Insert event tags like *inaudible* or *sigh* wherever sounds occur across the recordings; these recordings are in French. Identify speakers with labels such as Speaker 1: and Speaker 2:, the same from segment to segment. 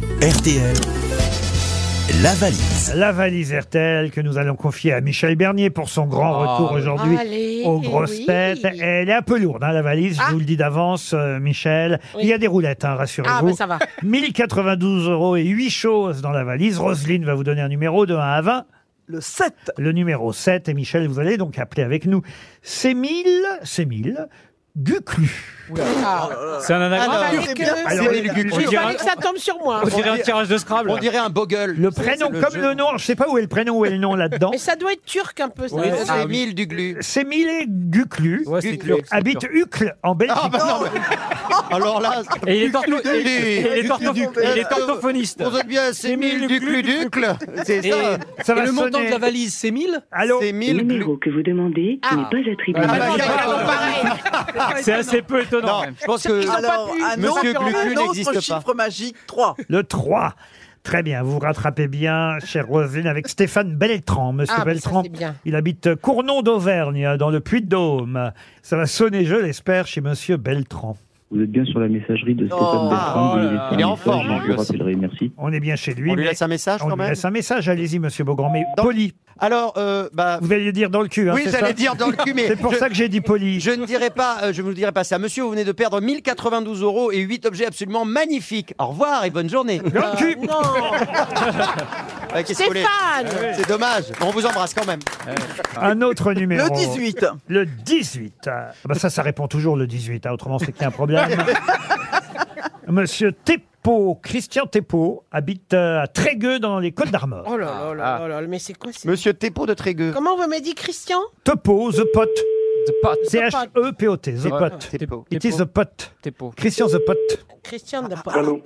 Speaker 1: RTL, la valise.
Speaker 2: La valise RTL que nous allons confier à Michel Bernier pour son grand
Speaker 3: Ah,
Speaker 2: retour aujourd'hui
Speaker 4: Ah, Allez, eh
Speaker 2: aux grosses
Speaker 4: oui. Ah.
Speaker 2: têtes.
Speaker 3: eh,
Speaker 2: Elle est un peu lourde, hein, la valise, je vous le dis d'avance, euh, Michel. Il y a des roulettes, hein, rassurez-vous.
Speaker 4: Ah, bah, ça va.
Speaker 2: 1092 euros et 8 choses dans la valise. Roselyne va vous donner un numéro de 1 à 20.
Speaker 5: Le 7
Speaker 2: le numéro 7. Et Michel, vous allez donc appeler avec nous Sémile, Sémile, Guclu.
Speaker 4: Ah,
Speaker 3: C'est un anagramme.
Speaker 4: fallait
Speaker 5: c'est
Speaker 4: que-
Speaker 5: bien.
Speaker 4: fallait
Speaker 3: Ah, Alors,
Speaker 5: C'est
Speaker 3: on-
Speaker 5: Guclu.
Speaker 3: on dirait
Speaker 4: que ça tombe sur moi.
Speaker 3: un- on dirait un tirage de Scrabble.
Speaker 6: On dirait un bogle.
Speaker 2: Le prénom
Speaker 6: c'est le
Speaker 2: comme
Speaker 6: jeu.
Speaker 2: le nom, je sais pas où est le prénom, où est le nom là-dedans.
Speaker 4: *laughs* Mais ça doit être turc un peu. Ça. bah,
Speaker 3: Oui,
Speaker 4: Ouais.
Speaker 3: Ah
Speaker 6: C'est mille du glu.
Speaker 2: Sémile Guclu
Speaker 3: Ouais, c'est
Speaker 6: Guclu.
Speaker 3: dur. c'est
Speaker 2: habite
Speaker 3: dur.
Speaker 2: Uccle en Belgique.
Speaker 6: Ah bah non, mais- Alors là,
Speaker 3: Et il est ortho-
Speaker 6: Guclu.
Speaker 3: il est- il est ortho-
Speaker 6: Guclu.
Speaker 3: il est orthophoniste.
Speaker 6: on aime bien, c'est mille du glu ducle. C'est
Speaker 3: Et,
Speaker 6: ça.
Speaker 2: Ça
Speaker 3: et
Speaker 2: va
Speaker 3: le montant
Speaker 2: sonner.
Speaker 3: de la valise, c'est 1000
Speaker 2: Allô
Speaker 6: C'est
Speaker 7: Le
Speaker 6: mille glu.
Speaker 7: numéro que vous demandez
Speaker 4: Ah.
Speaker 7: n'est pas attribué.
Speaker 6: Ah bah,
Speaker 4: Ah,
Speaker 6: y a-
Speaker 4: non, pareil.
Speaker 3: Ah, C'est assez peu étonnant.
Speaker 6: Non, je pense que.
Speaker 4: pas
Speaker 5: Alors,
Speaker 4: pu.
Speaker 5: un
Speaker 6: Monsieur
Speaker 5: autre-
Speaker 6: Glucu
Speaker 5: un autre
Speaker 6: n'existe pas.
Speaker 5: chiffre magique, 3.
Speaker 2: Le 3. Très bien, vous vous rattrapez bien, chère Roselyne, avec Stéphane Beltran. Monsieur
Speaker 4: Ah, bah, ça,
Speaker 2: Beltran,
Speaker 4: c'est bien.
Speaker 2: il habite Cournon d'Auvergne, hein, dans le Puy-de-Dôme. Ça va sonner, je l'espère, chez Monsieur Beltran.
Speaker 8: Vous êtes bien sur la messagerie de Stéphane
Speaker 5: Oh,
Speaker 3: oh
Speaker 8: Bertrand. vous lui
Speaker 3: là
Speaker 8: laissez
Speaker 3: là.
Speaker 8: un
Speaker 6: Ah, Il est en
Speaker 8: message,
Speaker 6: forme,
Speaker 8: Je
Speaker 6: hein, lui
Speaker 8: vous
Speaker 6: aussi.
Speaker 8: rappellerai, merci.
Speaker 2: On est bien chez lui.
Speaker 6: On lui
Speaker 2: mais
Speaker 6: laisse un message
Speaker 2: on
Speaker 6: quand
Speaker 2: lui
Speaker 6: même.
Speaker 2: laisse un message, allez-y, Monsieur Beaugrand, mais
Speaker 6: Dans-
Speaker 2: poli.
Speaker 6: Alors, euh, bah.
Speaker 2: Vous allez le dire dans le cul, hein,
Speaker 6: Oui,
Speaker 2: c'est ça
Speaker 6: j'allais dire dans le cul, mais.
Speaker 2: C'est pour
Speaker 6: je-
Speaker 2: ça que j'ai dit poli.
Speaker 6: Je ne dirai pas, euh, je ne vous dirai pas ça. Monsieur, vous venez de perdre 1092 euros et 8 objets absolument magnifiques. Au revoir et bonne journée.
Speaker 2: Dans le
Speaker 3: Euh,
Speaker 2: cul
Speaker 6: Ouais, qu'est-ce que vous voulez
Speaker 4: Stéphane
Speaker 6: C'est dommage. On vous embrasse quand même. Ah.
Speaker 2: Un autre
Speaker 5: Le
Speaker 2: numéro.
Speaker 5: 18.
Speaker 2: Le 18. Ah, bah ça, ça répond toujours le 18. hein, Autrement, c'est qu'il y a un problème. Monsieur Tepo, Christian Tepo, habite euh, à Trégueux dans les Côtes d'Armor.
Speaker 4: Oh là là là là là, mais c'est quoi c'est...
Speaker 6: Ah. Monsieur Tepo de Trégueux.
Speaker 4: Comment vous m'avez dit Christian
Speaker 2: Tepo, The Pot. E
Speaker 3: The pot.
Speaker 2: C-H-E-P-O-T, The
Speaker 3: Ouais.
Speaker 2: Pot.
Speaker 3: Tepo.
Speaker 2: It is The Pot.
Speaker 3: Tepo.
Speaker 2: Christian The Pot.
Speaker 4: Christian
Speaker 9: Ah,
Speaker 4: n'a pas. Allô,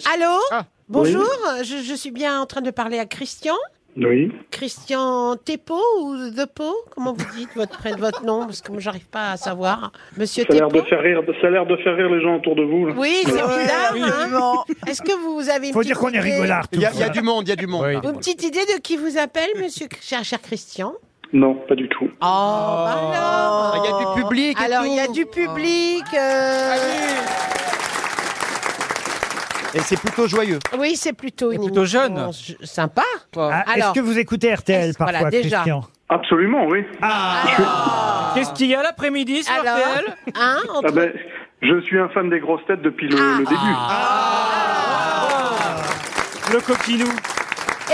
Speaker 2: Ah,
Speaker 4: Bonjour, je, je suis bien en train de parler à Christian.
Speaker 8: Oui.
Speaker 4: Christian Tepo ou The Po Comment vous dites votre, prénom, votre nom Parce que moi, j'arrive pas à savoir. Monsieur
Speaker 9: Ça a l'air
Speaker 4: Tepo
Speaker 9: de faire rire, ça a l'air de faire rire les gens autour de vous. là.
Speaker 4: Oui, c'est bizarre. hein.
Speaker 5: Absolument.
Speaker 4: Est-ce que vous avez une
Speaker 2: Faut dire
Speaker 4: petite
Speaker 2: qu'on est
Speaker 4: idée-
Speaker 2: rigolard.
Speaker 6: Il y, a-
Speaker 2: tous.
Speaker 6: il y a du monde, il y a du monde.
Speaker 3: Oui.
Speaker 4: Une petite idée de qui vous appelle, monsieur, cher, cher Christian
Speaker 9: Non, pas du tout.
Speaker 4: Oh, bah alors
Speaker 6: Il y a du public. et
Speaker 4: Alors,
Speaker 6: tout.
Speaker 4: il y a du public. euh,
Speaker 6: Et c'est plutôt joyeux.
Speaker 4: Oui, c'est plutôt une
Speaker 3: plutôt
Speaker 4: émission
Speaker 3: jeune.
Speaker 4: j- Sympa.
Speaker 2: Ah, Est-ce
Speaker 4: Alors,
Speaker 2: que vous écoutez RTL
Speaker 4: est-ce- voilà,
Speaker 2: parfois,
Speaker 4: déjà.
Speaker 2: Christian
Speaker 9: Absolument, oui.
Speaker 3: Ah. Qu'est-ce qu'il y a l'après-midi sur
Speaker 4: alors,
Speaker 3: RTL
Speaker 4: hein, entre-
Speaker 9: Ah ben, je suis un fan des grosses têtes depuis le,
Speaker 4: Ah.
Speaker 9: le début.
Speaker 3: Le coquinou.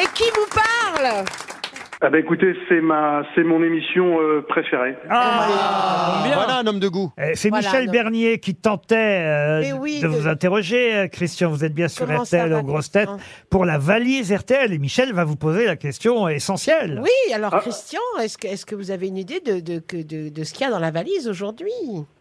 Speaker 4: Et qui vous parle
Speaker 9: Ah ben écoutez, c'est ma, c'est mon émission euh, préférée.
Speaker 3: Bien.
Speaker 6: Voilà un homme de goût.
Speaker 2: Eh, C'est
Speaker 4: Voilà,
Speaker 2: Michel
Speaker 4: non.
Speaker 2: Bernier qui tentait euh,
Speaker 4: Mais oui,
Speaker 2: de
Speaker 4: de-
Speaker 2: vous interroger. Euh, Christian, vous êtes bien sur
Speaker 4: Comment ça
Speaker 2: RTL
Speaker 4: va,
Speaker 2: aux grosses têtes
Speaker 4: Christian
Speaker 2: pour la valise RTL. Et Michel va vous poser la question essentielle.
Speaker 4: Oui,
Speaker 9: Ah.
Speaker 4: alors Christian, est-ce que, est-ce que vous avez une idée de, de, que- de, de ce qu'il y a dans la valise aujourd'hui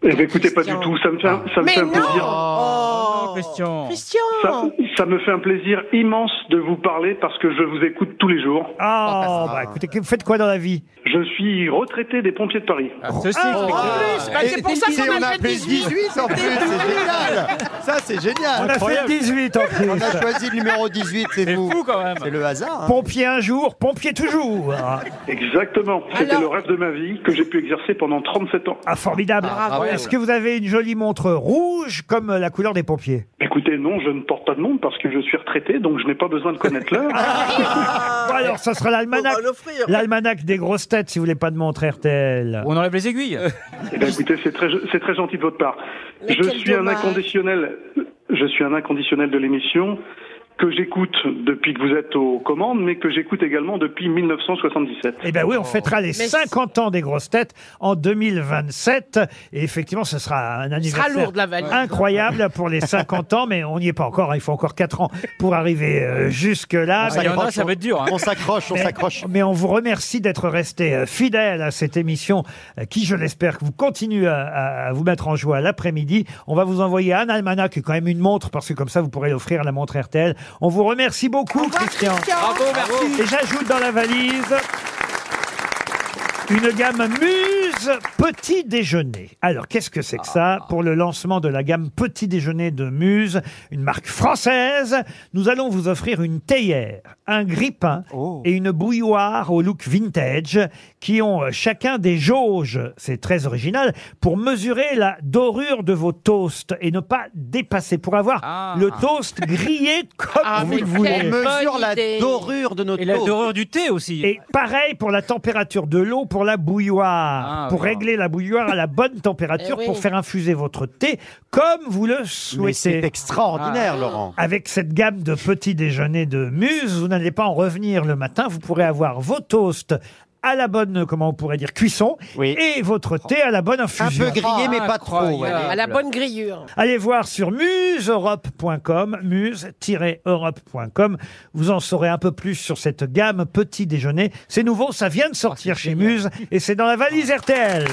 Speaker 9: Eh ben écoutez, pas du
Speaker 4: Christian.
Speaker 9: tout. Ça me fait, un- ça me
Speaker 4: Mais
Speaker 9: fait un
Speaker 4: non Oh.
Speaker 9: plaisir.
Speaker 3: Oh, Christian.
Speaker 9: Ça,
Speaker 4: Christian
Speaker 9: ça me fait un plaisir immense de vous parler parce que je vous écoute tous les jours.
Speaker 2: Ah, bah écoutez, que- vous faites quoi dans la vie
Speaker 9: Je suis retraité des pompiers de Paris.
Speaker 4: Ah.
Speaker 3: Ah, Ceci explique-
Speaker 4: plus, bah, c'est
Speaker 6: Et-
Speaker 4: pour ça
Speaker 6: et
Speaker 4: qu'on
Speaker 6: on
Speaker 4: a
Speaker 6: a
Speaker 4: fait
Speaker 6: appelé
Speaker 4: 18.
Speaker 6: 18 en plus, c'est génial. Ça c'est
Speaker 2: On
Speaker 6: génial.
Speaker 2: a fait le 18 en plus.
Speaker 6: On a choisi le numéro 18, c'est
Speaker 3: C'est
Speaker 6: vous.
Speaker 3: fou quand même.
Speaker 6: C'est le hasard. hein.
Speaker 2: Pompier un jour, pompier toujours.
Speaker 9: Exactement. C'était
Speaker 4: Alors-
Speaker 9: le rêve de ma vie que j'ai pu exercer pendant 37 ans.
Speaker 2: Ah, formidable.
Speaker 4: Bravo.
Speaker 2: Est-ce que vous avez une jolie montre rouge comme euh, la couleur des pompiers
Speaker 9: Écoutez, non, je ne porte pas de nom parce que je suis retraité, donc je n'ai pas besoin de connaître
Speaker 4: *laughs*
Speaker 9: l'heure.
Speaker 2: Bon, Alors, ça sera
Speaker 5: On
Speaker 2: l'almanach.
Speaker 5: va l'offrir.
Speaker 2: L'almanach des grosses têtes, si vous voulez pas de montre RTL.
Speaker 3: On enlève les aiguilles.
Speaker 9: Eh ben, écoutez, c'est très, c'est très gentil de votre part.
Speaker 4: Mais
Speaker 9: je
Speaker 4: quel
Speaker 9: suis un
Speaker 4: dommage.
Speaker 9: inconditionnel. Je suis un inconditionnel de l'émission que j'écoute depuis que vous êtes aux commandes, mais que j'écoute également depuis 1977.
Speaker 2: Eh ben oui, on fêtera les
Speaker 4: Mais
Speaker 2: 50 ans des grosses têtes en 2027. Et effectivement, ce sera un
Speaker 4: sera
Speaker 2: anniversaire
Speaker 4: lourd, la valise.
Speaker 2: incroyable pour les 50 ans, mais on n'y est pas encore. hein. Il faut encore 4 ans pour arriver euh, jusque-là.
Speaker 3: Ah, il y en a, ça va être dur. hein.
Speaker 6: On s'accroche, on
Speaker 2: Mais-
Speaker 6: s'accroche.
Speaker 2: Mais on vous remercie d'être resté euh, fidèle à cette émission euh, qui, je l'espère, que vous continuez à, à- à vous mettre en joie l'après-midi. On va vous envoyer un almanach, qui est quand même une montre, parce que comme ça, vous pourrez l'offrir à la montre RTL. On vous remercie beaucoup, Christian.
Speaker 3: Bravo, merci.
Speaker 2: Et j'ajoute dans la valise une gamme Muse Quiz petit déjeuner. Alors, qu'est-ce que c'est que ça
Speaker 4: Ah.
Speaker 2: Pour le lancement de la gamme petit déjeuner de Muse, une marque française, nous allons vous offrir une théière, un grille-pain
Speaker 4: Oh.
Speaker 2: et une bouilloire au look vintage qui ont euh, chacun des jauges, c'est très original, pour mesurer la dorure de vos toasts et ne pas dépasser, pour avoir
Speaker 3: Ah.
Speaker 2: le toast grillé comme
Speaker 4: Ah,
Speaker 2: vous le
Speaker 4: mais
Speaker 2: voulez.
Speaker 4: quelle
Speaker 6: mesure
Speaker 4: bonne
Speaker 6: la
Speaker 4: idée.
Speaker 6: dorure de notre
Speaker 3: Et la
Speaker 6: peau.
Speaker 3: dorure du thé aussi.
Speaker 2: Et pareil pour la température de l'eau pour la bouilloire.
Speaker 3: Ah,
Speaker 2: pour
Speaker 3: ouais.
Speaker 2: régler la bouilloire à la bonne température
Speaker 4: Eh oui.
Speaker 2: pour faire infuser votre thé comme vous le
Speaker 6: Mais c'est
Speaker 2: souhaitez.
Speaker 4: Ah.
Speaker 6: extraordinaire, Laurent.
Speaker 2: Avec cette gamme de petits déjeuners de muse, vous n'allez pas en revenir le matin. Vous pourrez avoir vos toasts à la bonne, comment on pourrait dire, cuisson
Speaker 6: Oui.
Speaker 2: et votre thé à la bonne
Speaker 6: Un
Speaker 2: infusion.
Speaker 6: peu grillé, mais pas
Speaker 3: Incroyable.
Speaker 6: trop. ouais.
Speaker 4: À la bonne grillure.
Speaker 2: Allez voir sur museeurope.com, muse-europe.com. Vous en saurez un peu plus sur cette gamme petit déjeuner. C'est nouveau, ça vient de sortir chez Muse et c'est dans la valise RTL.